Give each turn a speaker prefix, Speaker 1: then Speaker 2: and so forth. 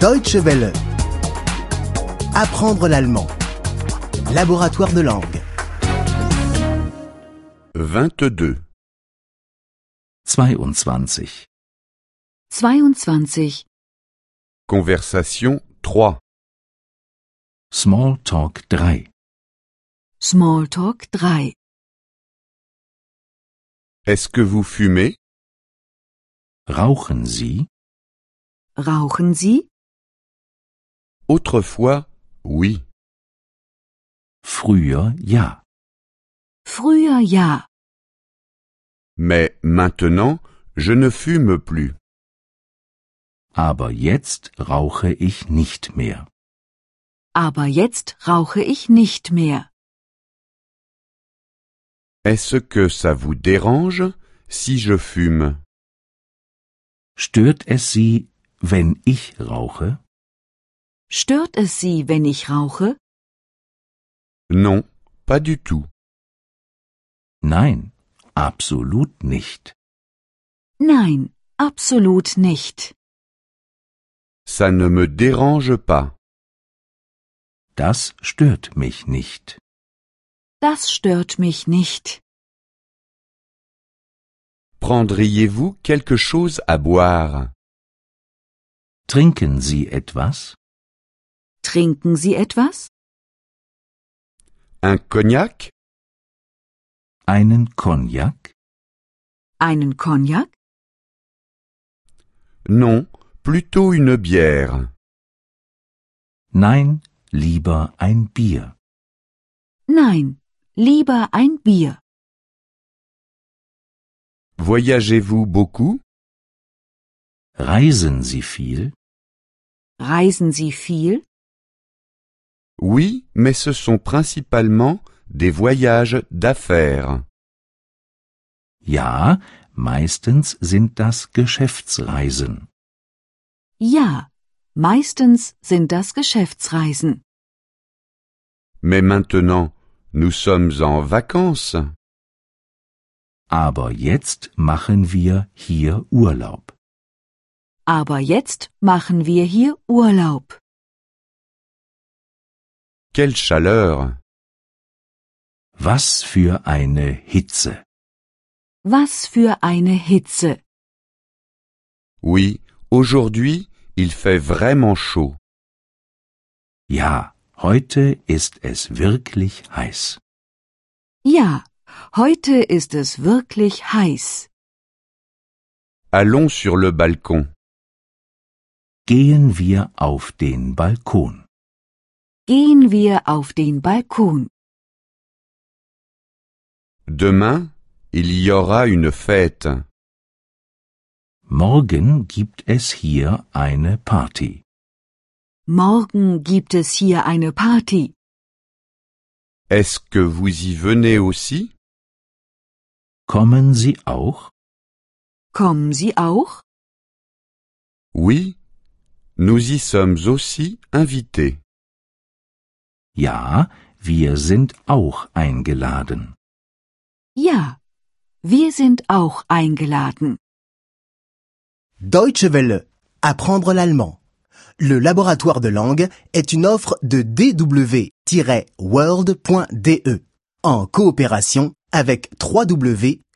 Speaker 1: Deutsche Welle. Apprendre l'allemand. Laboratoire de langue.
Speaker 2: 22.
Speaker 3: 22.
Speaker 4: 22.
Speaker 2: Conversation 3.
Speaker 3: Smalltalk 3.
Speaker 4: Smalltalk 3.
Speaker 2: Est-ce que vous fumez
Speaker 3: Rauchen Sie?
Speaker 4: Rauchen Sie?
Speaker 2: Autrefois, oui.
Speaker 3: Früher ja.
Speaker 4: Früher ja,
Speaker 2: Mais maintenant, je ne fume plus.
Speaker 3: Aber jetzt rauche ich nicht mehr.
Speaker 4: aber jetzt rauche ich nicht mehr.
Speaker 2: Est-ce que ça vous dérange si je fume
Speaker 3: Stört es Sie, wenn ich rauche?
Speaker 4: Stört es Sie, wenn ich rauche?
Speaker 2: Non, pas du tout.
Speaker 3: Nein, absolut nicht.
Speaker 4: Nein, absolut nicht.
Speaker 2: Ça ne me dérange pas.
Speaker 3: Das stört mich nicht.
Speaker 4: Das stört mich nicht.
Speaker 2: Prendriez-vous quelque chose à boire
Speaker 3: Trinken Sie etwas?
Speaker 4: Trinken Sie etwas?
Speaker 2: Un cognac
Speaker 3: Einen Cognac?
Speaker 4: Einen Cognac?
Speaker 2: Non, plutôt une bière.
Speaker 3: Nein, lieber ein Bier.
Speaker 4: Nein, lieber ein Bier.
Speaker 2: Voyagez-vous beaucoup
Speaker 3: Reisen Sie viel?
Speaker 4: Reisen Sie viel?
Speaker 2: Oui, mais ce sont principalement des voyages d'affaires.
Speaker 3: Ja, meistens sind das Geschäftsreisen.
Speaker 4: Ja, meistens sind das Geschäftsreisen.
Speaker 2: Mais maintenant, nous sommes en vacances.
Speaker 3: Aber jetzt machen wir hier Urlaub.
Speaker 4: Aber jetzt machen wir hier Urlaub.
Speaker 2: Quelle chaleur
Speaker 3: Was für eine Hitze.
Speaker 4: Was für eine Hitze.
Speaker 2: Oui, aujourd'hui, il fait vraiment chaud.
Speaker 3: Ja, heute ist es wirklich heiß.
Speaker 4: Ja, heute ist es wirklich heiß.
Speaker 2: Allons sur le balcon.
Speaker 3: Gehen wir auf den Balkon.
Speaker 4: Gehen wir auf den Balkon.
Speaker 2: Demain, il y aura une fête.
Speaker 3: Morgen gibt es hier eine Party.
Speaker 4: Morgen gibt es hier eine Party.
Speaker 2: Est-ce que vous y venez aussi
Speaker 3: Kommen Sie auch?
Speaker 4: Kommen Sie auch?
Speaker 2: Oui, nous y sommes aussi invités.
Speaker 3: Ja, wir sind auch eingeladen.
Speaker 4: Ja, wir sind auch eingeladen.
Speaker 1: Deutsche Welle. Apprendre l'allemand. Le laboratoire de langue est une offre de dw-world.de E en coopération avec www.book2.de.